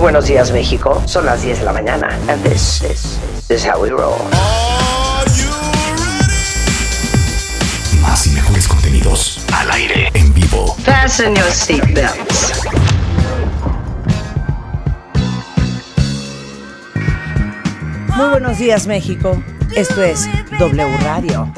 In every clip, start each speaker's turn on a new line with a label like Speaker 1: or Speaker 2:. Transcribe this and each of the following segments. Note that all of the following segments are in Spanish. Speaker 1: buenos días, México. Son las 10 de la mañana. And this is, this is how we roll.
Speaker 2: Más y mejores contenidos al aire, en vivo,
Speaker 1: Fasten your seatbelts.
Speaker 3: Muy buenos días, México. Esto es W Radio.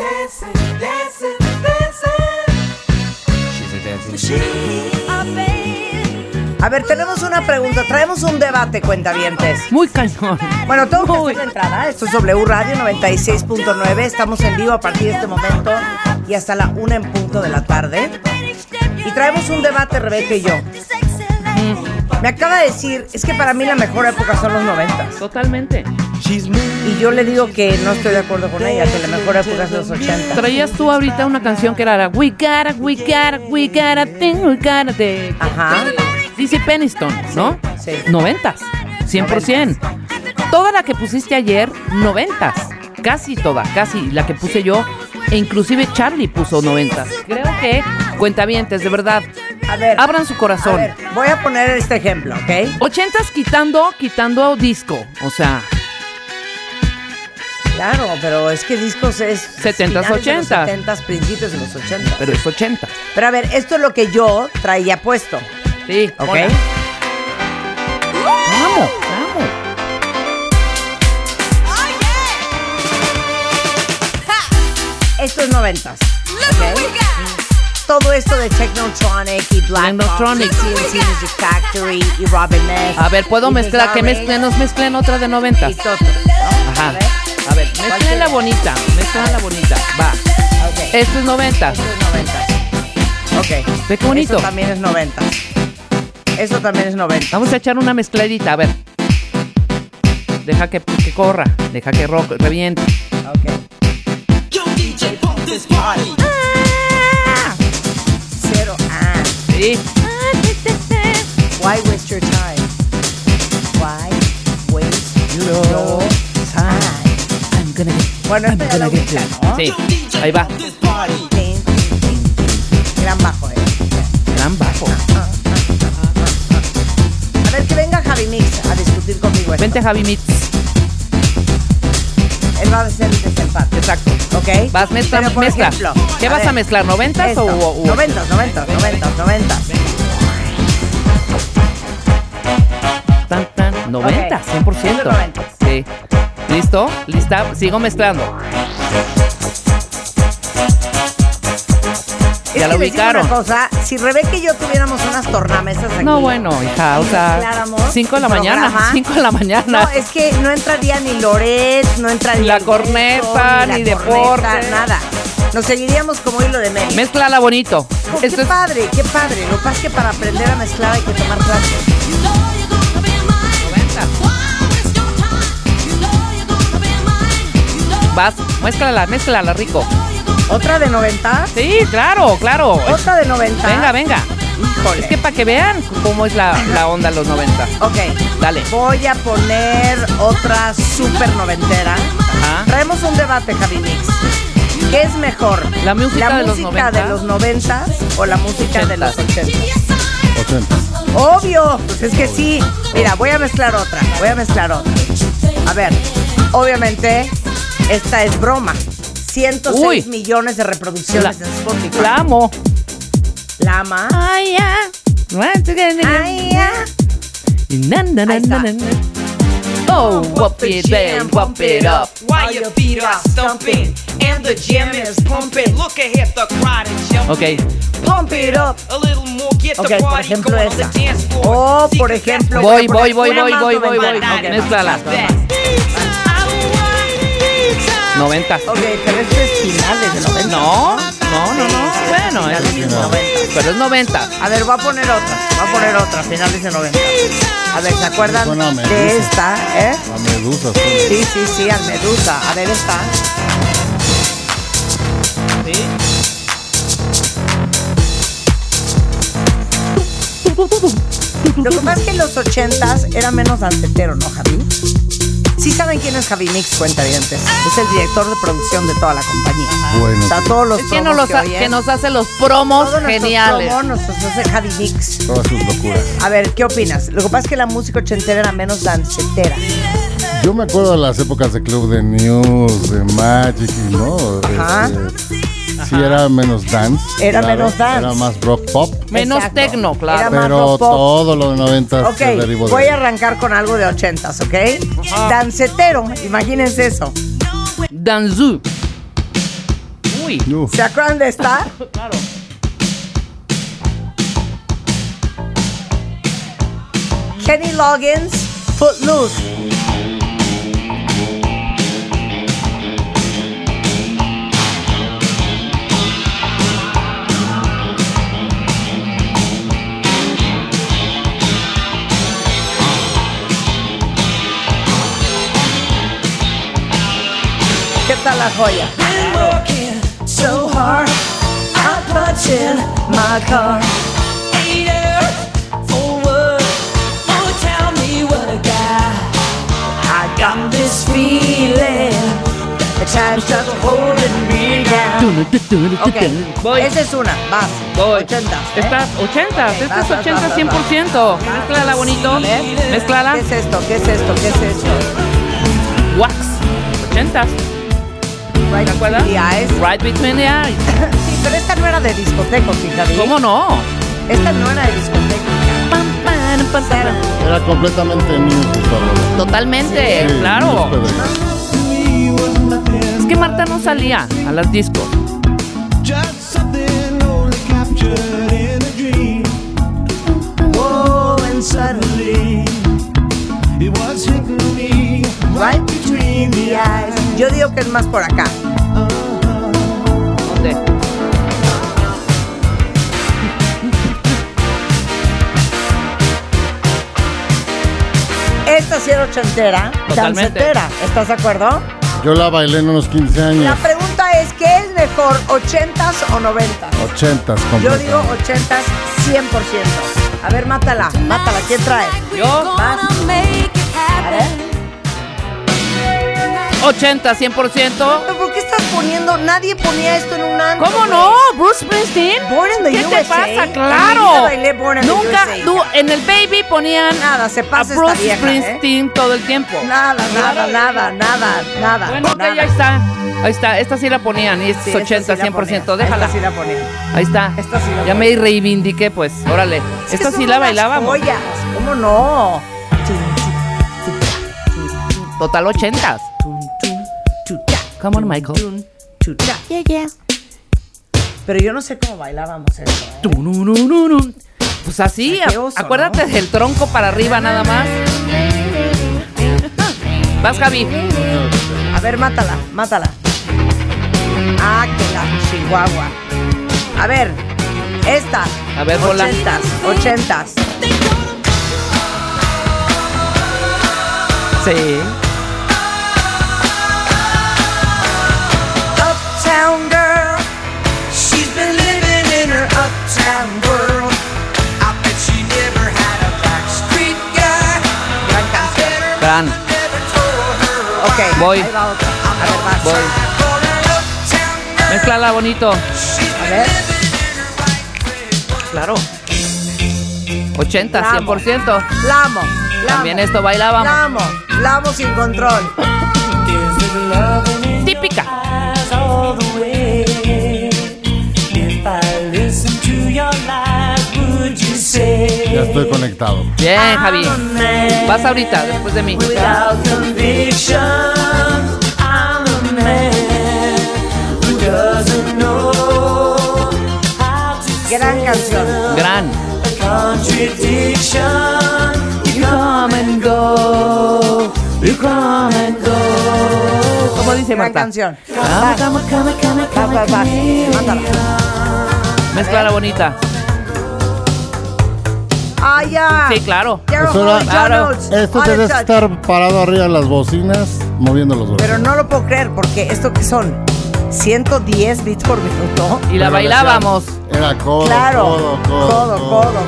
Speaker 3: A ver, tenemos una pregunta. Traemos un debate, cuentavientes.
Speaker 4: Muy cañón.
Speaker 3: Bueno, tengo que
Speaker 4: Uy.
Speaker 3: hacer la entrada. Esto es W Radio 96.9. Estamos en vivo a partir de este momento y hasta la una en punto de la tarde. Y traemos un debate, Rebeca y yo. Me acaba de decir, es que para mí la mejor época son los 90.
Speaker 4: Totalmente.
Speaker 3: Y yo le digo que no estoy de acuerdo con ella, que la mejor época es los 80.
Speaker 4: Traías tú ahorita una canción que era la We gotta, we gotta, we gotta, thing, we gotta de
Speaker 3: Ajá.
Speaker 4: Dizzy Peniston, ¿no?
Speaker 3: Sí.
Speaker 4: Noventas. 100%. Toda la que pusiste ayer, noventas. Casi toda, casi la que puse yo. E inclusive Charlie puso noventas. Creo que, cuentavientes, de verdad,
Speaker 3: A ver.
Speaker 4: abran su
Speaker 3: A
Speaker 4: corazón.
Speaker 3: ver, voy a poner este ejemplo, ¿ok?
Speaker 4: Ochentas quitando, quitando disco. O sea,
Speaker 3: Claro, pero es que discos es...
Speaker 4: 70s,
Speaker 3: finales de los
Speaker 4: 80s.
Speaker 3: 70s, principios de los 80s.
Speaker 4: pero es ochentas.
Speaker 3: Pero a ver, esto es lo que yo traía puesto,
Speaker 4: Sí,
Speaker 3: ¿ok?
Speaker 4: ponla. Vamos, vamos.
Speaker 5: Oh,
Speaker 3: Esto es 90s. Todo esto de Technotronic y Black
Speaker 4: Technotronic.
Speaker 3: Box, y CNC Music Factory y Robin Ness.
Speaker 4: A ver, puedo
Speaker 3: y
Speaker 4: mezclar,
Speaker 3: Bizarre
Speaker 4: que mezclen, nos mezclen otra de 90.
Speaker 3: Y Toto. ¿no?
Speaker 4: Ajá.
Speaker 3: A ver,
Speaker 4: A ver, mezclen la bonita, mezclen la bonita. Va.
Speaker 3: ok.
Speaker 4: Esto es 90.
Speaker 3: Esto es 90. Ok.
Speaker 4: Ve qué bonito.
Speaker 3: Esto también es 90. Esto también es 90.
Speaker 4: Vamos a echar una mezcladita, a ver. Deja que, que corra, deja que rock, reviente.
Speaker 3: Ok. Cero. Ah.
Speaker 4: Sí.
Speaker 3: Why waste your time? Why waste your time? Bueno, esto ya lo ubican, ¿no?
Speaker 4: Sí. Ahí va.
Speaker 3: Tin, tin, tin. Gran bajo, eh.
Speaker 4: Gran bajo.
Speaker 3: A ver, que venga Javi Mix a discutir conmigo esto.
Speaker 4: Vente Javi Mitz.
Speaker 3: Él va a hacer el desempate.
Speaker 4: Exacto.
Speaker 3: ¿Ok?
Speaker 4: Vas mezcla,
Speaker 3: Pero, por
Speaker 4: mezcla.
Speaker 3: ejemplo,
Speaker 4: ¿Qué vas
Speaker 3: ver,
Speaker 4: a mezclar? ¿Noventas o,
Speaker 3: esto.
Speaker 4: o- o-
Speaker 3: 90, 90, 90, 90.
Speaker 4: Tan, tan. 90,
Speaker 3: Ok.
Speaker 4: 100%.
Speaker 3: 90.
Speaker 4: Sí. ¿Listo? ¿Lista? Sigo mezclando.
Speaker 3: Es
Speaker 4: Ya
Speaker 3: que
Speaker 4: lo
Speaker 3: les digo
Speaker 4: ubicaron.
Speaker 3: Una cosa, si Rebeca y yo tuviéramos unas tornamesas aquí.
Speaker 4: No, bueno, hija, o sea,
Speaker 3: Mezcláramos
Speaker 4: 5 de la
Speaker 3: el
Speaker 4: mañana,
Speaker 3: programa.
Speaker 4: 5 de la mañana.
Speaker 3: No, es que no entraría ni Loret, no entraría
Speaker 4: La
Speaker 3: el
Speaker 4: corneta,
Speaker 3: beso,
Speaker 4: ni
Speaker 3: la
Speaker 4: deporte.
Speaker 3: corneta, Nada. Nos seguiríamos como hilo de medio.
Speaker 4: Mézclala bonito.
Speaker 3: Oh, qué
Speaker 4: Esto es
Speaker 3: padre, qué padre. Lo que pasa es que para aprender a mezclar hay que tomar clases.
Speaker 4: 90. Vas, mézclala, mézclala, rico.
Speaker 3: ¿Otra de 90?
Speaker 4: Sí, claro, claro.
Speaker 3: ¿Otra de 90?
Speaker 4: Venga, venga.
Speaker 3: Híjole.
Speaker 4: Es que para que vean cómo es la, la onda de los 90.
Speaker 3: Ok.
Speaker 4: Dale.
Speaker 3: Voy a poner otra super noventera.
Speaker 4: Ajá.
Speaker 3: Traemos un debate, Javi Mix. ¿Qué es mejor?
Speaker 4: ¿La música de los
Speaker 3: música
Speaker 4: 90?
Speaker 3: de los 90 o la música de los
Speaker 4: 80.
Speaker 3: 80? Obvio, pues es que sí. Mira, voy a mezclar otra, voy a mezclar otra. A ver, obviamente esta es broma. 106
Speaker 4: Uy.
Speaker 3: millones de reproducciones
Speaker 4: La-
Speaker 3: en Spotify.
Speaker 4: La amo.
Speaker 3: Lama.
Speaker 4: Ay, ya.
Speaker 3: Ay, ah.
Speaker 4: Na, na, na,
Speaker 3: Ahí está.
Speaker 4: na, na. Oh, whoop it, babe, whoop it up.
Speaker 6: While your feet are stumping and the jam is pumping, look ahead the crowd is jumping.
Speaker 4: Ok.
Speaker 3: Pump it up.
Speaker 6: A little more, get the
Speaker 3: Ok, por
Speaker 6: party
Speaker 3: ejemplo
Speaker 6: going on
Speaker 3: esa.
Speaker 6: the dance floor.
Speaker 3: Oh,
Speaker 6: See,
Speaker 3: por
Speaker 6: 'cause that's
Speaker 3: ejemplo.
Speaker 6: what
Speaker 4: Voy,
Speaker 3: Voy a
Speaker 4: voy,
Speaker 3: poner
Speaker 4: voy,
Speaker 3: una
Speaker 4: voy,
Speaker 3: más
Speaker 4: voy, voy, voy.
Speaker 3: noventera.
Speaker 4: Ok, Mézclalas. Noventas.
Speaker 3: Ok, pero esto es finales de 90.
Speaker 4: No, no, no, no. Bueno,
Speaker 3: Finales de
Speaker 4: es,
Speaker 3: 90.
Speaker 4: pero es 90.
Speaker 3: A ver, voy a poner otra. Voy a poner otra, finales de 90. A ver, ¿se acuerdan de esta? ¿Eh?
Speaker 7: La medusa.
Speaker 3: Sí, sí, sí, al Medusa. A ver, esta. Lo que pasa es que en los ochentas era menos setero, ¿no, Javi? Sí saben quién es Javi Mix Cuentavientes. Es el director de producción de toda la compañía.
Speaker 7: Bueno.
Speaker 3: O sea, todos los
Speaker 4: Es que, nos
Speaker 3: promos
Speaker 4: los
Speaker 3: que
Speaker 4: ha-
Speaker 3: oyen,
Speaker 4: que nos hace los promos
Speaker 3: todos nuestros
Speaker 4: geniales.
Speaker 3: promos nos los hace Javi Mix.
Speaker 7: Todas sus locuras.
Speaker 3: A ver, ¿qué opinas? Lo que pasa es que la música ochentera era menos dancetera.
Speaker 7: Yo me acuerdo de las épocas de Club de News, de Magic, ¿no?
Speaker 3: Ajá.
Speaker 7: Este, sí, era menos dance.
Speaker 3: Era menos dance.
Speaker 7: Era más rock pop.
Speaker 4: Menos
Speaker 3: Exacto.
Speaker 4: tecno, claro.
Speaker 3: Era más
Speaker 7: Pero
Speaker 3: rock pop.
Speaker 7: todo lo de 90
Speaker 3: Ok,
Speaker 7: se derivó de
Speaker 3: voy a arrancar con algo de ochentas, ¿ok? Dancetero, imagínense eso.
Speaker 4: Danzu. Uy.
Speaker 7: Uf,
Speaker 3: ¿Se acuerdan de esta?
Speaker 4: Claro.
Speaker 3: Kenny Loggins, Footloose. ¿Qué tal la joya?
Speaker 5: So hard, I'm punching my car. Hater, forward, oh tell me what I got. I got this feeling, the time's just holding me down.
Speaker 3: Ok,
Speaker 4: Voy.
Speaker 3: esa es una, vas. ¿eh?
Speaker 4: Voy.
Speaker 3: 80.
Speaker 4: Estas 80, estas
Speaker 3: vas, vas,
Speaker 4: 80
Speaker 3: vas,
Speaker 4: 100%. Mezclala bonito. Mezclala.
Speaker 3: ¿Qué es esto? ¿Qué es esto? ¿Qué es esto?
Speaker 4: Wax. 80.
Speaker 3: Right
Speaker 4: ¿Te acuerdas?
Speaker 3: Between the Eyes.
Speaker 4: Right between the eyes.
Speaker 3: Sí, pero esta no era de discoteca, fíjate.
Speaker 4: ¿Cómo no?
Speaker 3: Esta no era de discoteca.
Speaker 4: Pam, pam, pam, pam.
Speaker 7: Era completamente news. esta rola.
Speaker 4: Totalmente,
Speaker 7: Sí,
Speaker 4: claro.
Speaker 7: news, pero-
Speaker 4: Es que Marta no salía a las discos.
Speaker 5: Oh, and suddenly, it was hitting me
Speaker 3: Right
Speaker 5: between the eyes.
Speaker 3: Yo digo que es más por acá.
Speaker 4: ¿Dónde?
Speaker 3: Esta sí era ochentera,
Speaker 4: Totalmente.
Speaker 3: dancetera. ¿Estás de acuerdo?
Speaker 7: Yo la bailé en unos 15
Speaker 3: La
Speaker 7: años.
Speaker 3: pregunta es, ¿qué es mejor, ochentas o noventas?
Speaker 7: 80
Speaker 3: Yo digo ochentas, 100%. A ver, mátala, mátala. ¿Quién trae?
Speaker 4: Yo,
Speaker 3: Vas. A ver.
Speaker 4: 80, 100%.
Speaker 3: Pero, ¿Por qué estás poniendo? Nadie ponía esto en un antro.
Speaker 4: ¿Cómo
Speaker 3: güey.
Speaker 4: no? Bruce Springsteen.
Speaker 3: Born in the
Speaker 4: ¿Qué te
Speaker 3: USA?
Speaker 4: pasa?
Speaker 3: En mi vida
Speaker 4: Claro.
Speaker 3: bailé Born in the
Speaker 4: Nunca,
Speaker 3: USA.
Speaker 4: du- en el Baby ponían
Speaker 3: Nada, se
Speaker 4: a
Speaker 3: pasa esta
Speaker 4: Bruce
Speaker 3: vieja, ¿eh?
Speaker 4: Springsteen todo el tiempo.
Speaker 3: Nada, nada, nada, nada, nada.
Speaker 4: Bueno, ok,
Speaker 3: nada.
Speaker 4: ahí está. Ahí está, esta sí la ponían y es
Speaker 3: Sí, esta
Speaker 4: 80,
Speaker 3: sí la
Speaker 4: 100%.
Speaker 3: ponía.
Speaker 4: Déjala.
Speaker 3: Esta sí la ponía.
Speaker 4: Ahí está.
Speaker 3: Esta sí la
Speaker 4: ya me reivindiqué, pues. Órale.
Speaker 3: Es que
Speaker 4: Esta sí
Speaker 3: son
Speaker 4: la
Speaker 3: unas
Speaker 4: bailábamos.
Speaker 3: Joyas. ¿Cómo no?
Speaker 4: Total 80. Come on, Michael.
Speaker 3: Pero yo no sé cómo bailábamos eso. ¿eh?
Speaker 4: Tununununun. Pues así,
Speaker 3: Ay, qué oso,
Speaker 4: acuérdate
Speaker 3: ¿no?
Speaker 4: del tronco para arriba nada más. Vas, Javi.
Speaker 3: A ver, mátala, mátala. Ah, que la chihuahua. A ver, esta.
Speaker 4: A ver, ponla.
Speaker 3: Ochentas, ochentas.
Speaker 4: Sí.
Speaker 5: Uptown girl. She's been living in her uptown world. I bet she never had a back street guy.
Speaker 3: Gran canción.
Speaker 4: Fran,
Speaker 5: Never told her
Speaker 3: Ok,
Speaker 4: Voy.
Speaker 3: ahí va otra. A ver, vas.
Speaker 4: voy.
Speaker 5: for an uptown girl.
Speaker 4: Mezclala bonito.
Speaker 3: A ver.
Speaker 4: Claro. 80,
Speaker 3: La amo.
Speaker 4: 100%.
Speaker 3: La amo. La
Speaker 4: También
Speaker 3: amo.
Speaker 4: esto bailábamos.
Speaker 3: La amo. La amo sin control.
Speaker 4: Típica.
Speaker 5: eyes all the way. If I listen to your lies, would you say
Speaker 3: eh,
Speaker 7: Ya estoy conectado.
Speaker 4: Bien, Javi.
Speaker 5: I'm a man
Speaker 4: Vas ahorita, después de mí.
Speaker 5: without conviction? I'm a man who doesn't know how to
Speaker 3: Gran canción.
Speaker 4: Gran.
Speaker 5: say contradiction. You come and go. You come and go.
Speaker 4: ¿Cómo dice
Speaker 3: Gran
Speaker 4: Marta?
Speaker 3: canción.
Speaker 5: Come, come, come, come,
Speaker 3: Vas,
Speaker 5: come,
Speaker 3: vas, vas.
Speaker 5: come.
Speaker 3: Mátala.
Speaker 4: Mezclala bonita.
Speaker 3: Ah, ya.
Speaker 4: Sí, claro.
Speaker 3: Daryl
Speaker 7: Eso era-
Speaker 3: Hall,
Speaker 4: Claro.
Speaker 3: John Oates,
Speaker 7: Esto
Speaker 3: On
Speaker 7: te
Speaker 3: the
Speaker 7: debe
Speaker 3: Touch.
Speaker 7: estar parado arriba de las bocinas, moviendo los brazos.
Speaker 3: Pero no lo puedo creer porque esto que son 110 bits por minuto.
Speaker 4: Y la
Speaker 7: Pero
Speaker 4: bailábamos.
Speaker 7: Era codo,
Speaker 3: claro.
Speaker 7: codo, codo,
Speaker 3: codo,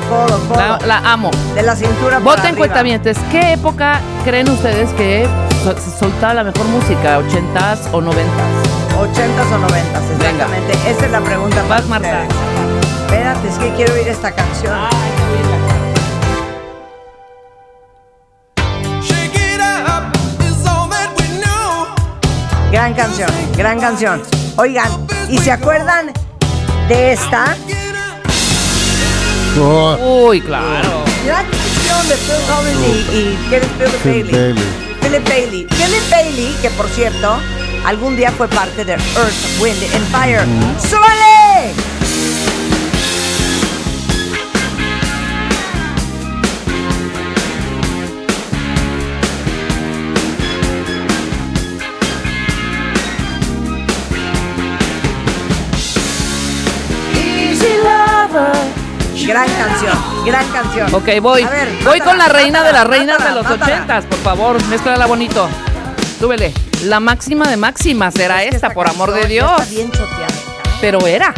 Speaker 3: codo, codo, codo.
Speaker 4: La, la amo.
Speaker 3: De la cintura para
Speaker 4: Voten
Speaker 3: arriba.
Speaker 4: cuentavientes. ¿Qué época creen ustedes que so- se soltaba la mejor música, 80s o 90s.
Speaker 3: 80s o 90s, exactamente. Esa es la pregunta
Speaker 4: Vas,
Speaker 3: para
Speaker 4: Marta.
Speaker 3: ustedes. Espérate, es que quiero oír esta canción.
Speaker 5: Shake it up is all that we know.
Speaker 3: Gran canción, gran canción. Oigan, ¿y se acuerdan de esta?
Speaker 7: Oh,
Speaker 4: Uy, claro.
Speaker 3: Gran canción de Phil Collins y, y ¿quién es Phil
Speaker 7: Phil
Speaker 3: Bailey.
Speaker 7: Bailey.
Speaker 3: Philip Bailey. Philip Bailey, que por cierto, algún día fue parte de Earth, Wind and Fire.
Speaker 4: Mm.
Speaker 3: ¡Súbale! Gran canción, gran canción.
Speaker 4: Ok, voy.
Speaker 3: A ver,
Speaker 4: voy con la
Speaker 3: mátala,
Speaker 4: reina de las
Speaker 3: mátala,
Speaker 4: reinas de
Speaker 3: mátala,
Speaker 4: los
Speaker 3: mátala.
Speaker 4: ochentas, por favor. Mézclala bonito. Súbele. La máxima de máximas será
Speaker 3: Es que
Speaker 4: esta, por amor de
Speaker 3: canción ya
Speaker 4: Dios.
Speaker 3: Está bien choteada.
Speaker 4: Pero era.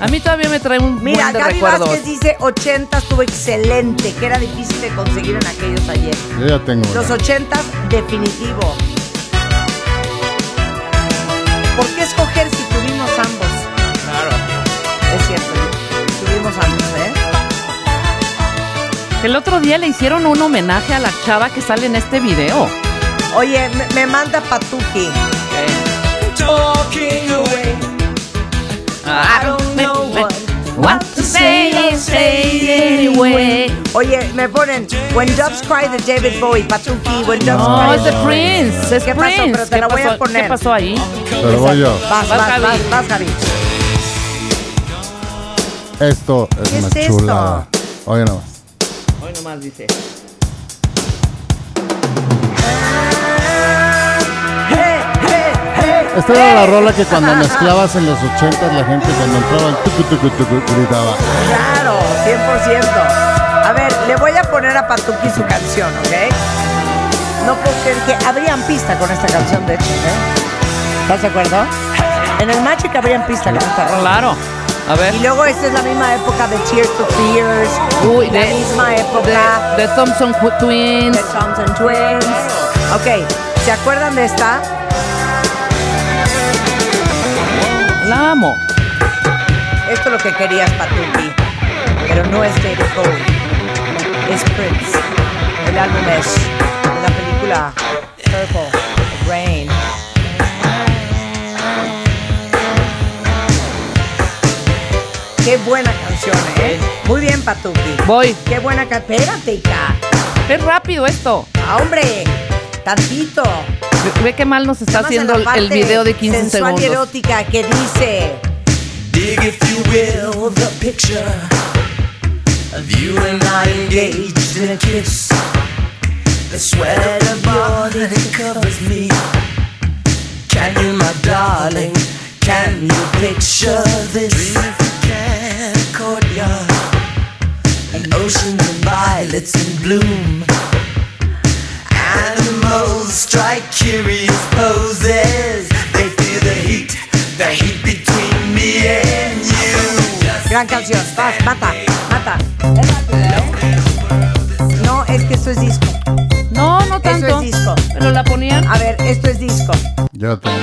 Speaker 4: A mí todavía me trae un
Speaker 3: Mira,
Speaker 4: buen de
Speaker 3: Gaby
Speaker 4: recuerdos.
Speaker 3: Vázquez dice 80 estuvo excelente, que era difícil de conseguir en aquellos ayer.
Speaker 7: Yo ya tengo.
Speaker 3: Los
Speaker 7: una.
Speaker 3: 80 definitivo. ¿Por qué escoger si tuvimos ambos?
Speaker 4: Claro.
Speaker 3: Es cierto, tuvimos ambos, ¿eh?
Speaker 4: El otro día le hicieron un homenaje a la chava que sale en este video.
Speaker 3: Oye, me, me manda Patuki.
Speaker 6: Talking away.
Speaker 4: Ah,
Speaker 6: I don't know what.
Speaker 4: What to say, say anyway.
Speaker 3: Oye, me ponen When Doves Cry de David Bowie, Patuki, When Doves
Speaker 4: No,
Speaker 3: Cry.
Speaker 4: Oh, es de Prince. Es
Speaker 3: ¿Qué pasó?
Speaker 4: Prince.
Speaker 3: Pero te la voy a
Speaker 4: pasó?
Speaker 3: poner.
Speaker 4: ¿Qué pasó ahí?
Speaker 7: Pero voy yo.
Speaker 3: Vas, vas,
Speaker 4: Vas,
Speaker 3: vas,
Speaker 4: Gaby.
Speaker 3: vas, Gaby.
Speaker 7: Esto es
Speaker 3: ¿Qué
Speaker 7: una
Speaker 3: es esto?
Speaker 7: chulada. Oye nomás.
Speaker 4: Hoy nomás dice.
Speaker 7: Esta era
Speaker 3: ¡Eh!
Speaker 7: la rola que cuando mezclabas en los 80 la gente cuando entraba el tucu, tucu, tucu, gritaba.
Speaker 3: Claro, 100%. A ver, le voy a poner a Patuki su canción, ¿ok? No puedo creer que abrían pista con esta canción, de hecho, ¿eh? ¿Estás de acuerdo? En el Magic abrían pista con esta rola.
Speaker 4: Claro. A ver.
Speaker 3: Y luego esta es la misma época de Tears to Fears,
Speaker 4: Uy,
Speaker 3: la
Speaker 4: de-
Speaker 3: misma época
Speaker 4: De, de Thompson Qu-
Speaker 3: de,
Speaker 4: Twins.
Speaker 3: Sons and Twins. Ok, ¿se acuerdan de esta?
Speaker 4: La amo.
Speaker 3: Esto es lo que querías, Patuki. Pero no es David Bowie. Es Prince. El álbum es de la película Purple Rain. Qué buena canción, ¿eh? Muy bien, Patuki.
Speaker 4: Voy.
Speaker 3: Qué buena canción. Espérate, hija.
Speaker 4: Es rápido esto.
Speaker 3: Ah, hombre. Tantito.
Speaker 4: Ve, ve qué mal nos
Speaker 3: Nada
Speaker 4: está
Speaker 3: más en
Speaker 4: haciendo
Speaker 3: la
Speaker 4: el- el
Speaker 3: parte
Speaker 4: video de 15
Speaker 3: sensual y
Speaker 4: segundos.
Speaker 3: erótica que dice...
Speaker 5: Dig, if you will, the picture of you and I engaged in a kiss. The sweat of your body covers me. Can you, my darling? Can you picture this? Dream if you can, a courtyard, an ocean of violets in bloom. Animals strike curious poses. They feel the heat, the heat between me and you.
Speaker 3: Gran canción. Vas, mata, mata. No, es que esto es disco.
Speaker 4: No, no tanto.
Speaker 3: Eso es disco. Ah.
Speaker 4: Pero la ponían.
Speaker 3: A ver, esto es disco.
Speaker 7: Yo ya tengo.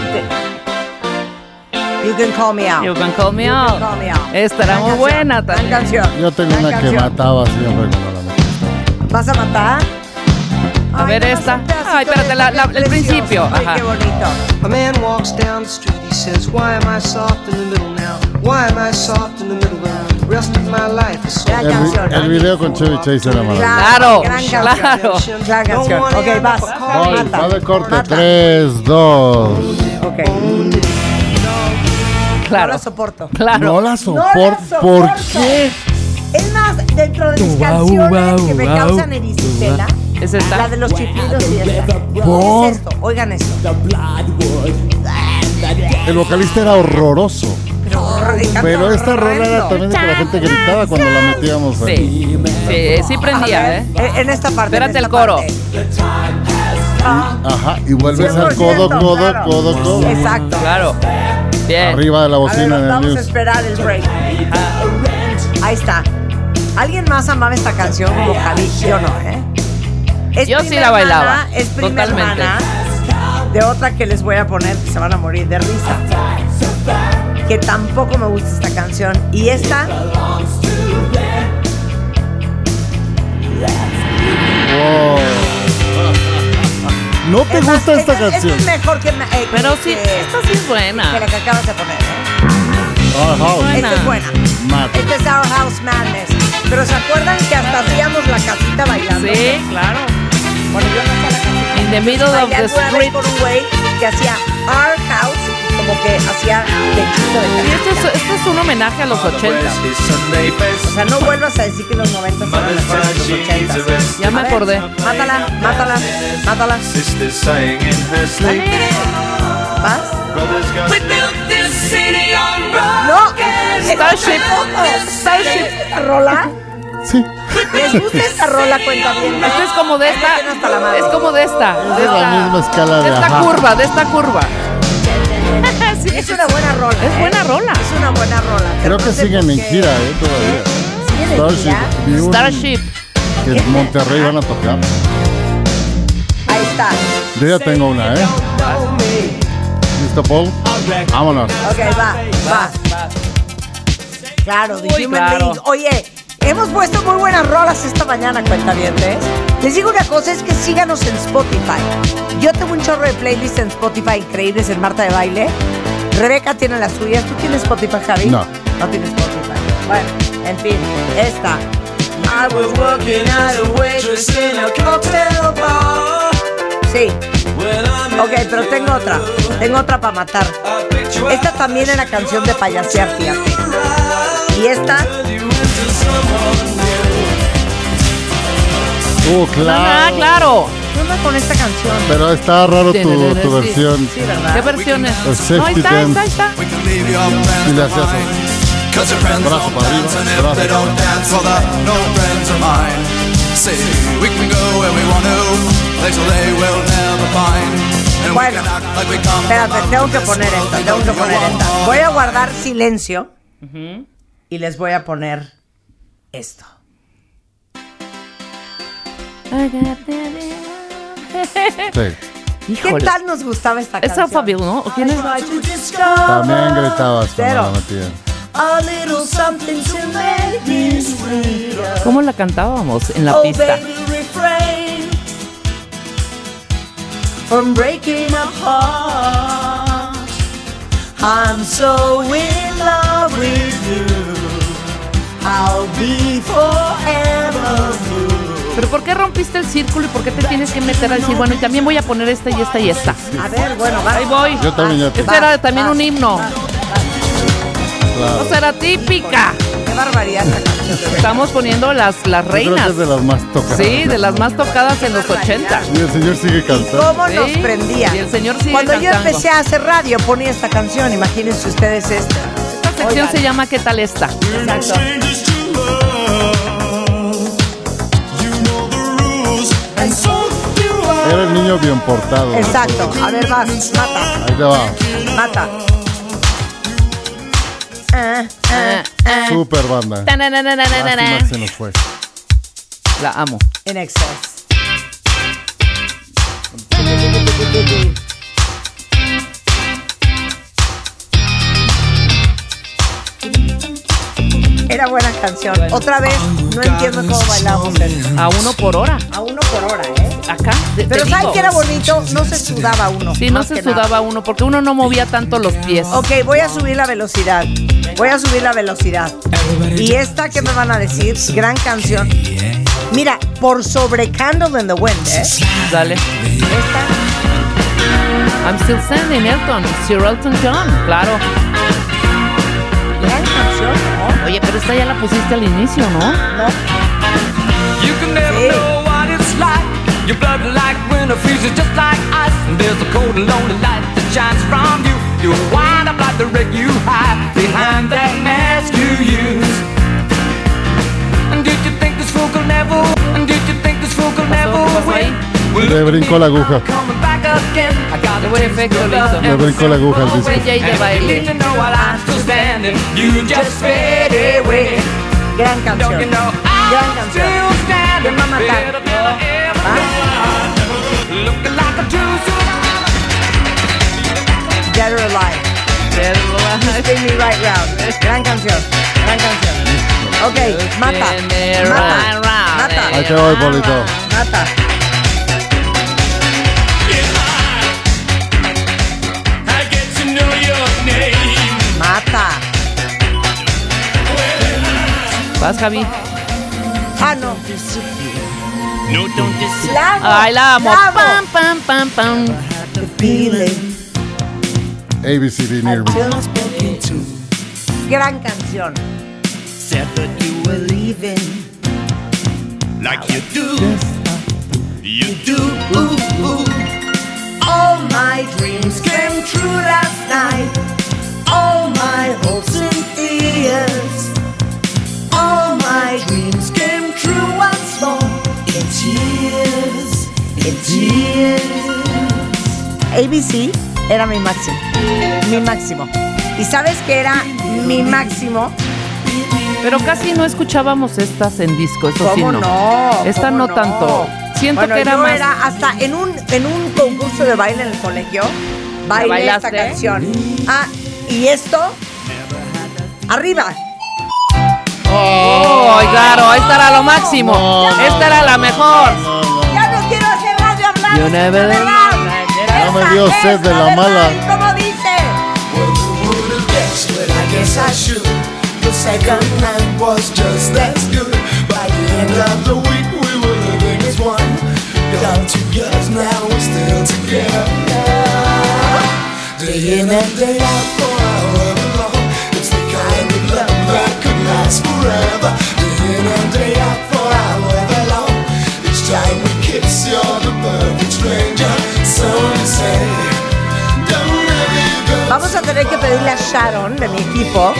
Speaker 3: You can call me out.
Speaker 4: You can call me
Speaker 3: can
Speaker 4: out.
Speaker 3: call me out.
Speaker 4: Esta era
Speaker 3: Gran
Speaker 4: muy
Speaker 3: canción,
Speaker 4: buena
Speaker 3: Gran
Speaker 4: también.
Speaker 3: canción.
Speaker 7: Yo tengo
Speaker 3: gran
Speaker 7: una que
Speaker 3: canción.
Speaker 7: mataba siempre cuando la metía.
Speaker 3: ¿Vas a matar?
Speaker 4: A ver, esta. Ay, espérate, la- la- el principio.
Speaker 3: Ajá.
Speaker 4: Ajá.
Speaker 3: Qué bonito.
Speaker 8: A man walks down the street, he says, Why am I soft in the middle now? Why am I soft in the middle now? The rest of my life is so
Speaker 3: Gran
Speaker 7: El, vi-
Speaker 3: canción.
Speaker 7: el video con Chevy Chase era maravilloso.
Speaker 4: Claro,
Speaker 3: Gran canción.
Speaker 4: claro.
Speaker 3: Gran canción. Ok, vas.
Speaker 7: Voy,
Speaker 3: Mata.
Speaker 7: va de corte.
Speaker 3: Mata.
Speaker 7: 3, 2.
Speaker 3: Ok. No
Speaker 4: Claro.
Speaker 3: la soporto.
Speaker 4: Claro.
Speaker 7: No la
Speaker 3: No la
Speaker 7: soporto.
Speaker 3: soporto.
Speaker 7: ¿Por qué?
Speaker 3: Es más, dentro de mis canciones que me causan erisipela,
Speaker 4: Es esta.
Speaker 3: la de los chiflidos y esta.
Speaker 7: Por-
Speaker 3: ¿Qué es esto? Oigan esto.
Speaker 7: El vocalista era horroroso. Pero esta rola era también de que la gente gritaba cuando la metíamos ahí.
Speaker 4: Sí. Sí, sí prendía, ¿eh?
Speaker 3: En en esta parte. en
Speaker 4: Espérate
Speaker 3: esta
Speaker 4: el coro.
Speaker 3: parte.
Speaker 7: Ajá, y vuelves al
Speaker 3: 100%,
Speaker 7: codo, codo,
Speaker 3: claro.
Speaker 7: codo, codo.
Speaker 3: Exacto.
Speaker 4: Claro. Bien.
Speaker 7: Arriba de la
Speaker 3: A ver,
Speaker 7: bocina del
Speaker 3: vamos a
Speaker 7: news.
Speaker 3: esperar el break. Ahí está. ¿Alguien más amaba esta canción como Javi? Yo no, ¿eh? Es
Speaker 4: Yo
Speaker 3: prima
Speaker 4: sí la bailaba,
Speaker 3: hermana, es prima
Speaker 4: totalmente.
Speaker 3: hermana de otra que les voy a poner que se van a morir de risa. Que tampoco me gusta esta canción. Y esta,
Speaker 7: Wow. ¿No te
Speaker 3: es más,
Speaker 7: gusta esta canción?
Speaker 3: es mejor que, ma- eh,
Speaker 4: Pero
Speaker 3: que-
Speaker 4: sí, esta sí es
Speaker 3: que la
Speaker 4: buena.
Speaker 3: que acabas de poner. ¿eh?
Speaker 7: Our House.
Speaker 3: Esta es buena.
Speaker 7: Mata.
Speaker 3: Esta es Our House Madness. Pero ¿se acuerdan que hasta hacíamos la casita bailando?
Speaker 4: Sí, claro.
Speaker 3: Bueno, yo no hacía la casita.
Speaker 4: In the middle of
Speaker 3: Bailé
Speaker 4: the
Speaker 3: alguna vez
Speaker 4: street.
Speaker 3: con un güey que hacía Our House, como que hacía lechito de
Speaker 4: Y este
Speaker 3: casita.
Speaker 4: es, este es un homenaje a los 80.
Speaker 3: O sea, no vuelvas a decir que los 90 son mejores que los 80.
Speaker 4: Ya me
Speaker 3: A ver,
Speaker 4: acordé.
Speaker 3: Mátala, mátala, mátala. ¿Vas? No,
Speaker 4: Starship.
Speaker 3: Starship. ¿Rola?
Speaker 7: Sí.
Speaker 3: ¿Les gusta esta rola, cuenta bien?
Speaker 4: Este es como de esta. Es como de esta. De
Speaker 7: Es la
Speaker 4: esta,
Speaker 7: misma escala de
Speaker 4: de esta
Speaker 7: ajá.
Speaker 4: curva, de esta curva. Sí,
Speaker 3: Es una buena rola.
Speaker 4: Es
Speaker 3: ¿eh?
Speaker 4: buena rola.
Speaker 3: Es una buena rola.
Speaker 7: Creo que
Speaker 3: No sé
Speaker 7: siguen
Speaker 3: por
Speaker 7: en
Speaker 3: qué.
Speaker 7: gira, ¿eh? Todavía.
Speaker 3: ¿Siguen en gira?
Speaker 7: Starship. vi un-
Speaker 4: Starship.
Speaker 7: Que en Monterrey van a tocar.
Speaker 3: Ahí está.
Speaker 7: Yo ya tengo una, ¿eh? ¿Listo, Paul? Vámonos.
Speaker 3: Ok, va, va. Claro, The
Speaker 4: Uy,
Speaker 3: Human
Speaker 4: claro.
Speaker 3: League. Oye, hemos puesto muy buenas rolas esta mañana, cuenta bien, Les digo una cosa, es que síganos en Spotify. Yo tengo un chorro de playlists en Spotify increíbles en Marta de Baile. Rebeca tiene las suyas. ¿Tú tienes Spotify, Javi?
Speaker 7: No.
Speaker 3: No tienes Spotify. Bueno, en fin, esta. I was working as a waitress in a cocktail bar. Sí. Ok, pero tengo otra. Tengo otra para matar. Esta también era canción de payasear, fíjate. Y esta,
Speaker 7: Uh,
Speaker 4: Ah,
Speaker 7: claro.
Speaker 4: claro.
Speaker 3: ¿qué onda con esta canción?
Speaker 7: Pero está raro tu,
Speaker 4: Sí.
Speaker 7: tu versión.
Speaker 3: Sí, ¿verdad?
Speaker 4: ¿Qué versión es?
Speaker 7: El safety
Speaker 4: No, ahí está, ahí está, ahí
Speaker 7: dance.
Speaker 4: está.
Speaker 7: Y le hacías así. Brazo para arriba, brazo.
Speaker 3: Bueno, espérate, tengo que poner esta, tengo que poner esta. Voy a guardar silencio y les voy a poner esto.
Speaker 7: Sí.
Speaker 3: ¿Qué
Speaker 4: Híjole.
Speaker 3: tal nos gustaba esta
Speaker 4: Es
Speaker 3: canción?
Speaker 4: Alphaville, ¿no? ¿O quién es?
Speaker 7: También gritabas cuando
Speaker 3: Cero.
Speaker 7: la metías.
Speaker 3: A little something to make me sweeter.
Speaker 4: ¿Cómo la cantábamos en la
Speaker 3: Oh,
Speaker 4: pista?
Speaker 3: baby, refrain from breaking apart. I'm so in love with you. I'll be forever you.
Speaker 4: ¿Pero por qué rompiste el círculo y por qué te tienes que meter a decir, bueno, y también voy a poner esta y esta y esta?
Speaker 3: A ver, bueno, va.
Speaker 4: Ahí voy.
Speaker 7: Yo también ya te.
Speaker 4: Esta Ah, era también un himno.
Speaker 7: Claro.
Speaker 4: O sea, era típica.
Speaker 3: Qué barbaridad esta canción.
Speaker 4: Estamos poniendo las, las
Speaker 7: Yo creo que
Speaker 4: reinas.
Speaker 7: es de las más tocadas.
Speaker 4: Sí, de las más tocadas en los 80.
Speaker 7: Y el señor sigue cantando.
Speaker 3: ¿Cómo nos
Speaker 4: Sí,
Speaker 3: prendía?
Speaker 4: y el señor sigue
Speaker 3: Cuando yo
Speaker 4: cantando.
Speaker 3: empecé a hacer radio ponía esta canción, imagínense ustedes esta.
Speaker 4: Esta sección
Speaker 3: Oigan.
Speaker 4: se llama ¿Qué tal esta?
Speaker 3: Exacto.
Speaker 7: Era el niño bien portado.
Speaker 3: Exacto. A ver, vas, mata,
Speaker 7: Ahí te va.
Speaker 3: mata. Ah, ah.
Speaker 7: Super banda. Lástima que se nos fue.
Speaker 4: La amo.
Speaker 3: In excess. Era buena canción. Otra vez, no entiendo cómo bailamos esto.
Speaker 4: A uno por hora.
Speaker 3: A uno por hora, ¿eh?
Speaker 4: Acá. de-
Speaker 3: Pero
Speaker 4: te
Speaker 3: ¿saben
Speaker 4: digo.
Speaker 3: que era bonito? No se sudaba uno.
Speaker 4: Sí, no
Speaker 3: más
Speaker 4: se
Speaker 3: que nada.
Speaker 4: sudaba uno porque uno no movía tanto los pies.
Speaker 3: Ok, voy a subir la velocidad. Voy a subir la velocidad. Y esta que me van a decir, gran canción. Mira, por sobre Candle in the Wind, ¿eh?
Speaker 4: Dale.
Speaker 3: Esta,
Speaker 4: I'm still standing, Elton. Sir Elton John. Claro.
Speaker 3: gran canción, ¿no?
Speaker 4: Oye, pero esta ya la pusiste al inicio, ¿no?
Speaker 3: ¿No?
Speaker 9: You can never
Speaker 3: Sí.
Speaker 9: know what it's like. Your blood like winter freezes just like ice. And there's a cold and lonely light that shines from you. You wind up like the wreck you hide behind that mask you use. And did you think this fool could never? And did you think this fool could never
Speaker 4: ¿Qué pasó
Speaker 9: win?
Speaker 4: ahí?
Speaker 9: Well,
Speaker 7: Le
Speaker 9: look at
Speaker 7: brincó
Speaker 9: me,
Speaker 7: la aguja.
Speaker 9: I'm coming back again. I got
Speaker 4: Qué
Speaker 9: a
Speaker 4: buen
Speaker 9: taste
Speaker 4: efecto
Speaker 9: of
Speaker 4: le
Speaker 9: love
Speaker 4: hizo.
Speaker 9: and
Speaker 7: Le brincó la aguja al
Speaker 9: some
Speaker 7: disco.
Speaker 4: Ella y de
Speaker 9: And you need
Speaker 4: baile.
Speaker 9: to know while I'm still standing. You just fade away.
Speaker 3: Gran canción.
Speaker 9: Don't you know
Speaker 3: Gran
Speaker 9: I'm
Speaker 3: canción.
Speaker 9: still standing?
Speaker 3: Me va a matar.
Speaker 9: Better than I ever
Speaker 3: ¿Va?
Speaker 9: Looking like a true superstar.
Speaker 3: Ground. Gran canción, gran canción. Ok, mata. Mata. Mata.
Speaker 4: eh.
Speaker 7: Ahí te voy, Polito.
Speaker 3: Mata. Mata.
Speaker 4: Vas, Javi.
Speaker 3: Ah, no.
Speaker 9: No, don't dis-
Speaker 3: La amo,
Speaker 4: Ay, la amo.
Speaker 3: la amo.
Speaker 4: Pam, pam, pam, pam.
Speaker 7: ABCD Near Me.
Speaker 3: Gran canción.
Speaker 5: Said that you were leaving like you do. You do. Ooh, ooh. All my dreams came true last night. All my hopes and fears. All my dreams came true once more. It's years. It's years.
Speaker 3: ABC era mi máximo. Mi máximo. ¿Y sabes qué era mi máximo?
Speaker 4: Pero casi no escuchábamos estas en disco, eso sí
Speaker 3: ¿Cómo
Speaker 4: no.
Speaker 3: no?
Speaker 4: Esta
Speaker 3: ¿Cómo
Speaker 4: no tanto. Siento
Speaker 3: Bueno,
Speaker 4: que era
Speaker 3: yo
Speaker 4: más.
Speaker 3: era hasta en un, en un concurso de baile en el colegio, bailé esta
Speaker 4: bailaste?
Speaker 3: canción. Ah, y esto, arriba.
Speaker 4: Oh, ay, claro, esta era lo máximo. esta era la mejor.
Speaker 3: Ya no quiero hacer radio hablar.
Speaker 4: Yo no veo-
Speaker 7: Ya me dio sed de la mala.
Speaker 3: ¿Cómo dice?
Speaker 5: Would've guessed what I guess I should. The second night was just as good. By the end of the week, we were living as one. Down two years now, we're still together. Day in and day out, for however long. It's the kind of love that could last forever. Day in and day out, for however long. Each time we kiss, you're the perfect stranger. So you say, don't really go.
Speaker 3: Vamos a tener que pedirle a Sharon de mi equipo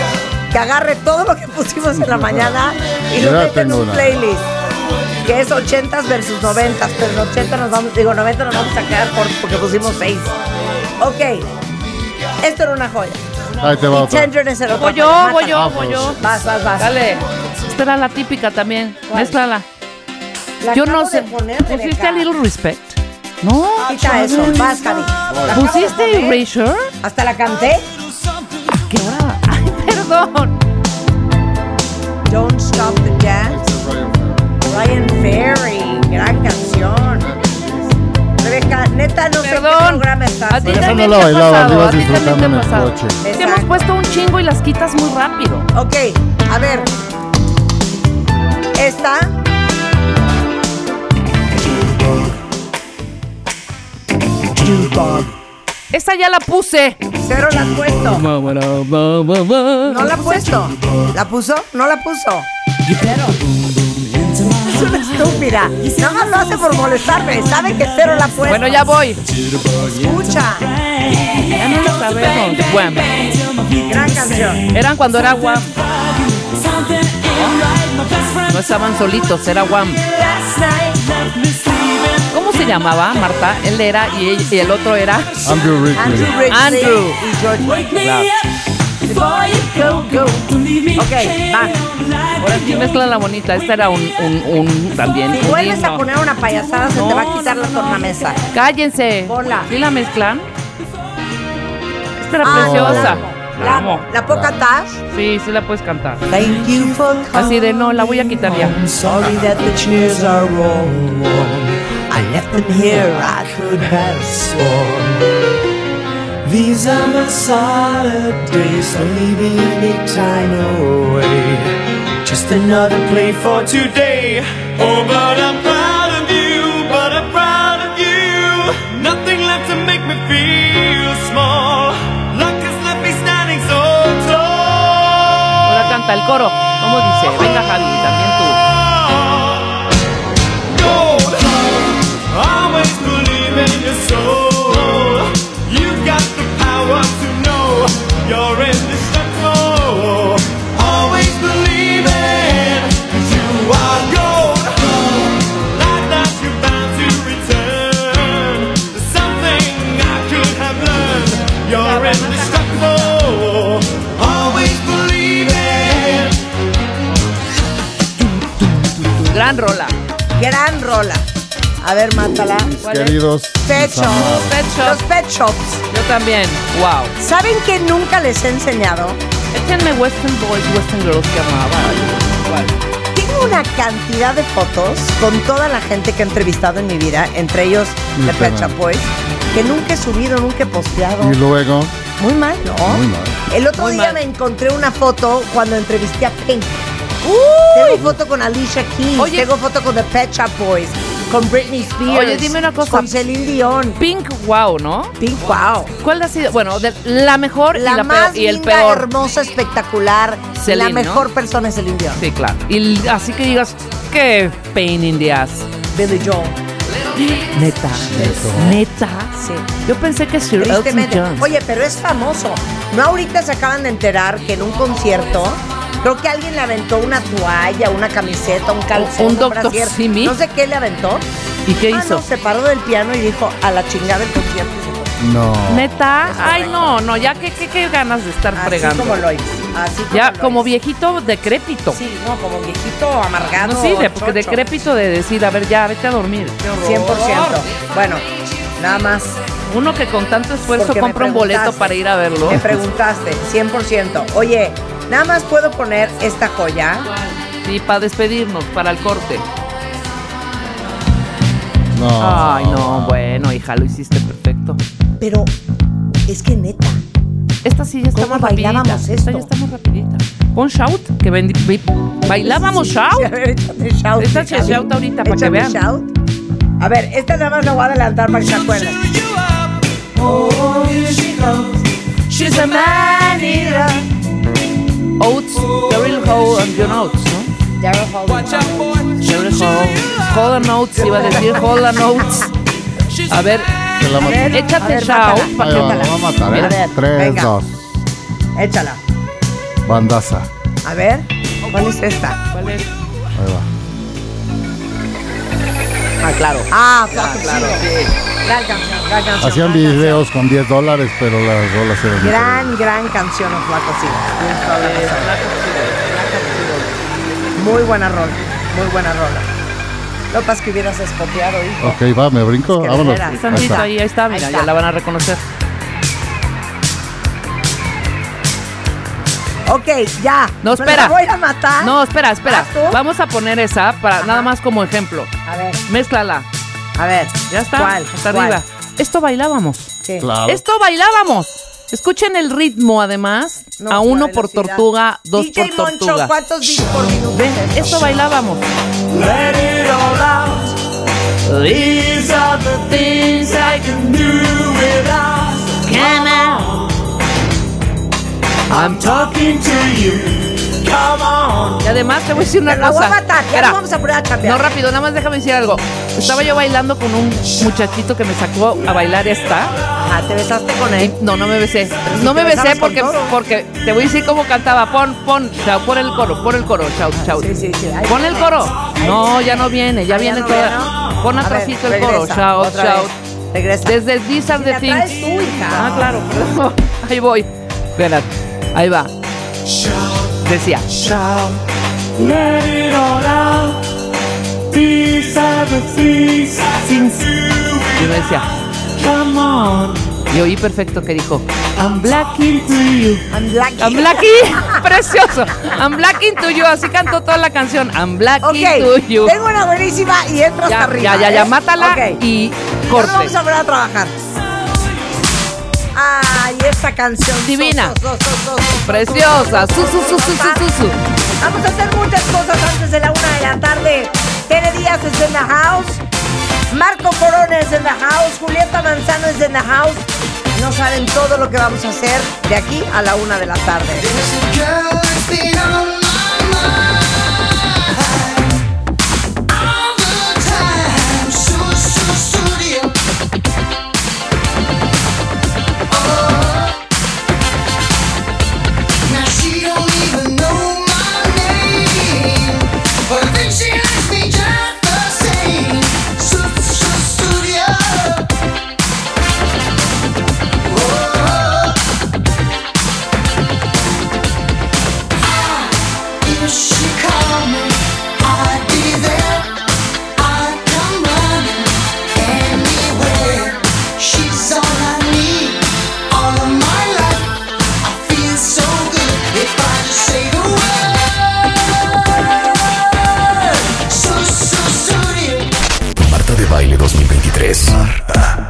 Speaker 3: que agarre todo lo que pusimos en la mañana y
Speaker 7: Yo
Speaker 3: lo
Speaker 7: ya
Speaker 3: meta en
Speaker 7: tengo
Speaker 3: un
Speaker 7: una.
Speaker 3: playlist. Que es 80s versus 90s, pero en 80 nos vamos, digo 90 nos vamos a quedar cortos porque pusimos 6. Ok. Esto era una joya.
Speaker 7: Ahí te va otra.
Speaker 3: Tenderness era otra
Speaker 4: Voy yo,
Speaker 3: joya.
Speaker 4: voy yo,
Speaker 7: Ah,
Speaker 4: voy
Speaker 7: pues.
Speaker 4: yo.
Speaker 3: Vas, vas, vas.
Speaker 4: Dale. Esta era la típica también.
Speaker 3: ¿Cuál?
Speaker 4: Mézclala.
Speaker 3: La
Speaker 4: Yo
Speaker 3: acabo
Speaker 4: no
Speaker 3: de
Speaker 4: sé.
Speaker 3: poner,
Speaker 4: ¿Pusiste
Speaker 3: Rebeca.
Speaker 4: a Little Respect? No.
Speaker 3: Quita eso. Vas, Javi. La acabo de
Speaker 4: ¿Pusiste
Speaker 3: poner.
Speaker 4: Erasure?
Speaker 3: Hasta la canté.
Speaker 4: ¿Qué hora? Ay, perdón.
Speaker 3: Don't Stop the Dance. Ryan Ferry. Gran canción. Rebeca, neta, no sé qué
Speaker 4: Perdón.
Speaker 3: programa estás. ¿eh?
Speaker 4: A ti
Speaker 7: Pero esa no
Speaker 4: también
Speaker 7: la
Speaker 4: te ha
Speaker 7: bailabas, la
Speaker 4: pasado. A
Speaker 7: ibas
Speaker 4: ti también te
Speaker 7: disfrutando
Speaker 4: ha
Speaker 7: en el
Speaker 4: pasado.
Speaker 7: coche.
Speaker 4: Es que hemos
Speaker 3: Exacto.
Speaker 4: puesto un chingo y las quitas muy rápido.
Speaker 3: Ok, a ver. Esta.
Speaker 4: Esa ya la puse.
Speaker 3: Cero la has puesto. No
Speaker 4: No
Speaker 3: la ha puesto. ¿La puso? No la puso. Es una estúpida. Nada más lo hace por molestarme. Sabe que cero la ha puesto.
Speaker 4: Bueno, ya voy.
Speaker 3: Escucha.
Speaker 4: Ya no lo sabemos. Guam.
Speaker 3: Gran canción.
Speaker 4: Eran cuando era Guam. No estaban solitos, era Guam. ¿Cómo se llamaba, Marta? Él era y, ella- y el otro era.
Speaker 7: Andrew
Speaker 3: Andrew
Speaker 7: Ridley.
Speaker 3: Ridgely
Speaker 4: Andrew.
Speaker 3: y George. Ok, va.
Speaker 4: Ahora sí, mezcla la bonita. Esta era un, un, un- también.
Speaker 3: Si
Speaker 4: un
Speaker 3: vuelves a
Speaker 4: himno.
Speaker 3: poner una payasada, se te va a quitar la tornamesa.
Speaker 4: Cállense.
Speaker 3: Hola.
Speaker 4: ¿Sí la mezclan? Esta era
Speaker 3: Ah,
Speaker 4: preciosa.
Speaker 3: La, la, la poca Tash.
Speaker 4: Sí, sí la puedes cantar.
Speaker 8: Thank you for
Speaker 4: Así de no, la voy a quitar ya.
Speaker 8: I'm sorry that the chairs are warm. I left them here, I could have sworn. These are my solid days, so leaving each time away. Just another play for today. Oh, but I'm proud of you, but I'm proud of you. Nothing left to make me feel small. Luck has left me standing so tall.
Speaker 4: Ahora canta el coro. ¿Cómo dice? Venga, Javi, también tú.
Speaker 5: Always believe in your soul. You've got the power to know you're indestructible. Always believe in you are gold. Light that you're bound to return. There's something I could have learned. You're indestructible. Always believe in.
Speaker 4: Gran rola.
Speaker 3: Gran rola. A ver, mátala.
Speaker 7: Mis
Speaker 4: ¿Cuál es?
Speaker 7: queridos.
Speaker 3: Pecho.
Speaker 4: Pet Shop.
Speaker 3: Los Pet Shops.
Speaker 4: Yo también. Wow.
Speaker 3: ¿Saben que nunca les he enseñado?
Speaker 4: Échenme Western Boys, Western Girls que amaba.
Speaker 3: Tengo una cantidad de fotos con toda la gente que he entrevistado en mi vida, entre ellos
Speaker 7: Muy
Speaker 3: The Pet
Speaker 7: pena.
Speaker 3: Shop Boys, que nunca he subido, nunca he posteado.
Speaker 7: Y luego,
Speaker 3: Muy mal, ¿no?
Speaker 4: ¿Oh?
Speaker 7: muy mal.
Speaker 3: El otro
Speaker 4: Muy
Speaker 3: día
Speaker 4: mal.
Speaker 3: me encontré una foto cuando entrevisté a Pink. Tengo foto con Alicia Keys,
Speaker 4: Oye.
Speaker 3: tengo foto con The Pet Shop Boys, con Britney Spears.
Speaker 4: Oye, dime una cosa.
Speaker 3: Con Celine Dion.
Speaker 4: Pink Wow, ¿no?
Speaker 3: Pink, wow.
Speaker 4: ¿Cuál ha sido? Bueno, de- la mejor y,
Speaker 3: La,
Speaker 4: la
Speaker 3: más
Speaker 4: peor, y el
Speaker 3: linda,
Speaker 4: peor.
Speaker 3: hermosa, espectacular.
Speaker 4: Celine,
Speaker 3: la
Speaker 4: ¿no?
Speaker 3: mejor persona es Celine Dion.
Speaker 4: Sí, claro. Y l- así que digas, qué pain in the ass.
Speaker 3: Billy Joel.
Speaker 4: Neta. Neta.
Speaker 3: Sí.
Speaker 4: Yo pensé que Sir Elton
Speaker 3: Tristemente.
Speaker 4: John.
Speaker 3: Oye, pero es famoso. No ahorita se acaban de enterar que en un concierto creo que alguien le aventó una toalla, una camiseta, un calzón,
Speaker 4: Un Dr.
Speaker 3: brasier.
Speaker 4: Simi.
Speaker 3: No sé qué le aventó.
Speaker 4: ¿Y qué
Speaker 3: Ah,
Speaker 4: hizo?
Speaker 3: no, se paró del piano y dijo a la chingada el concierto. y se fue.
Speaker 7: No.
Speaker 4: Neta. Ay, no, no, ya qué, qué, qué ganas de estar
Speaker 3: Así
Speaker 4: fregando.
Speaker 3: como lo hizo. Así como
Speaker 4: ya
Speaker 3: lo
Speaker 4: como
Speaker 3: hizo.
Speaker 4: viejito decrépito.
Speaker 3: Sí, no, como viejito amargado.
Speaker 4: No, sí, de, porque
Speaker 3: chocho.
Speaker 4: decrépito de decir, a ver, ya, vete a dormir.
Speaker 3: 100%. Bueno, nada más.
Speaker 4: Uno que con tanto esfuerzo
Speaker 3: Porque me
Speaker 4: compra un boleto
Speaker 3: preguntaste.
Speaker 4: para ir a verlo.
Speaker 3: Me preguntaste, 100%. Oye, nada más puedo poner esta joya.
Speaker 4: Sí, para despedirnos, para el corte.
Speaker 7: No.
Speaker 4: Ay, no, bueno, hija, lo hiciste perfecto.
Speaker 3: Pero es que neta.
Speaker 4: Esta sí ya está
Speaker 3: ¿Cómo
Speaker 4: más rapidita.
Speaker 3: bailábamos
Speaker 4: Esta
Speaker 3: esto?
Speaker 4: ya está más rapidita. Pon shout, que bendi- vi- bailábamos
Speaker 3: A
Speaker 4: shout.
Speaker 3: ver, échate shout.
Speaker 4: Esta
Speaker 3: échale.
Speaker 4: shout ahorita para que
Speaker 3: Échame
Speaker 4: vean.
Speaker 3: shout. A ver, esta nada más la voy a adelantar para que se acuerden.
Speaker 5: Oh, here she comes. She's a manita.
Speaker 4: Oates, Daryl Hall and John Oates, ¿no?
Speaker 3: Daryl Hall.
Speaker 5: Watch out, boy.
Speaker 4: Daryl Hall. Hall and Oates, iba a decir Hall and Oates.
Speaker 5: She's
Speaker 4: A ver,
Speaker 7: Te la maté.
Speaker 3: a
Speaker 4: échate
Speaker 3: ver,
Speaker 4: shout.
Speaker 3: mátala.
Speaker 4: pa'
Speaker 7: Ahí
Speaker 4: que-
Speaker 7: va, la va a matar,
Speaker 3: A
Speaker 7: ¿eh?
Speaker 3: ver,
Speaker 7: Tres,
Speaker 3: venga.
Speaker 7: dos.
Speaker 3: Échala.
Speaker 7: Bandaza.
Speaker 3: A ver, ¿cuál es esta?
Speaker 4: ¿Cuál es?
Speaker 7: Ahí va.
Speaker 4: Ah, claro.
Speaker 3: Ah, claro. Gran canción, gran canción.
Speaker 7: Hacían
Speaker 3: gran canción.
Speaker 7: videos con 10 dólares, pero las rolas eran diferentes.
Speaker 3: Gran, gran canción, los Flaco sí. Muy buena rola, muy buena rola. No pasa que hubieras espoteado, hijo.
Speaker 7: Ok, va, me brinco.
Speaker 3: que de
Speaker 7: Vámonos.
Speaker 3: veras.
Speaker 7: Ahí
Speaker 4: Están
Speaker 7: está.
Speaker 4: ahí, ahí está, mira,
Speaker 3: Ahí
Speaker 4: ya
Speaker 3: está.
Speaker 4: la van a reconocer.
Speaker 3: Ok, ya.
Speaker 4: No,
Speaker 3: ¿Me
Speaker 4: espera.
Speaker 3: Pues la voy a matar.
Speaker 4: No, espera, espera.
Speaker 3: ¿Vas tú?
Speaker 4: Vamos a poner esa para nada más como ejemplo.
Speaker 3: A ver,
Speaker 4: Mézclala.
Speaker 3: a ver.
Speaker 4: Ya está.
Speaker 3: ¿Cuál?
Speaker 4: Hasta
Speaker 3: ¿Cuál?
Speaker 4: arriba. Esto bailábamos.
Speaker 3: Sí.
Speaker 7: Claro.
Speaker 4: Esto bailábamos. Escuchen el ritmo, además.
Speaker 3: No,
Speaker 4: a
Speaker 3: la
Speaker 4: uno por
Speaker 3: velocidad.
Speaker 4: tortuga, dos
Speaker 3: DJ
Speaker 4: por tortuga.
Speaker 3: Moncho, ¿cuántos beats por minuto?
Speaker 4: Ven, esto bailábamos.
Speaker 5: Let it all out. These are the things I can do without. Come on. I'm talking to you. Come on.
Speaker 4: Y además te voy a decir una
Speaker 3: Te la
Speaker 4: cosa.
Speaker 3: voy a matar. Ya
Speaker 4: Espera.
Speaker 3: nos vamos a poner a
Speaker 4: No,
Speaker 3: chambear.
Speaker 4: rápido, nada más déjame decir algo. Estaba yo bailando con un muchachito que me sacó a bailar esta.
Speaker 3: Ajá, Ah, te besaste con
Speaker 4: Y-
Speaker 3: él.
Speaker 4: No, no me besé.
Speaker 3: si
Speaker 4: No
Speaker 3: te
Speaker 4: me besé
Speaker 3: besabas con
Speaker 4: porque,
Speaker 3: todo.
Speaker 4: porque te voy a decir cómo cantaba. Pon, pon, chao, pon el coro, pon el coro, chao, chao.
Speaker 3: Ah, Sí, sí, sí. Ahí
Speaker 4: Pon el
Speaker 3: viene.
Speaker 4: coro. No, ya no viene, ya
Speaker 3: Ah,
Speaker 4: viene
Speaker 3: no
Speaker 4: toda.
Speaker 3: viene, ¿no?
Speaker 4: Pon
Speaker 3: A ver,
Speaker 4: atrásito el coro,
Speaker 3: regresa,
Speaker 4: chao,
Speaker 3: otra
Speaker 4: chao.
Speaker 3: vez. Regresa.
Speaker 4: Desde These Are
Speaker 3: Si
Speaker 4: the
Speaker 3: la traes
Speaker 4: Things.
Speaker 3: tú, hija.
Speaker 4: Ah, claro, perdón. Ahí voy. Espérate. Ahí va. Decía.
Speaker 5: Let it all out. These are the things I can do.
Speaker 4: Yo decía.
Speaker 5: Come on.
Speaker 4: Y oí perfecto que dijo.
Speaker 5: I'm blacking to you.
Speaker 3: I'm black.
Speaker 4: I'm blacky. Precioso. I'm blacking to you. Así cantó toda la canción. I'm
Speaker 3: Ok,
Speaker 4: blacking to you.
Speaker 3: tengo una buenísima y entro hasta
Speaker 4: Ya,
Speaker 3: arriba.
Speaker 4: ya, ya, ya,
Speaker 3: ¿eh?
Speaker 4: mátala
Speaker 3: Ok.
Speaker 4: y
Speaker 3: Ahora
Speaker 4: corte.
Speaker 3: vamos a volver a trabajar. Ay, esta canción.
Speaker 4: Divina.
Speaker 3: So, so, so, so, so, so,
Speaker 4: Preciosa. Su, su, su, su, su, su, su.
Speaker 3: Vamos a hacer muchas cosas antes de la una de la tarde. Tere Díaz es en la house. Marco Corona es en la house. Julieta Manzano es en la house. No saben todo lo que vamos a hacer de aquí a la una de la tarde.
Speaker 10: I
Speaker 2: 3.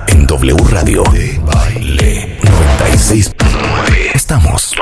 Speaker 2: En W Radio. De baile. 96.9. Estamos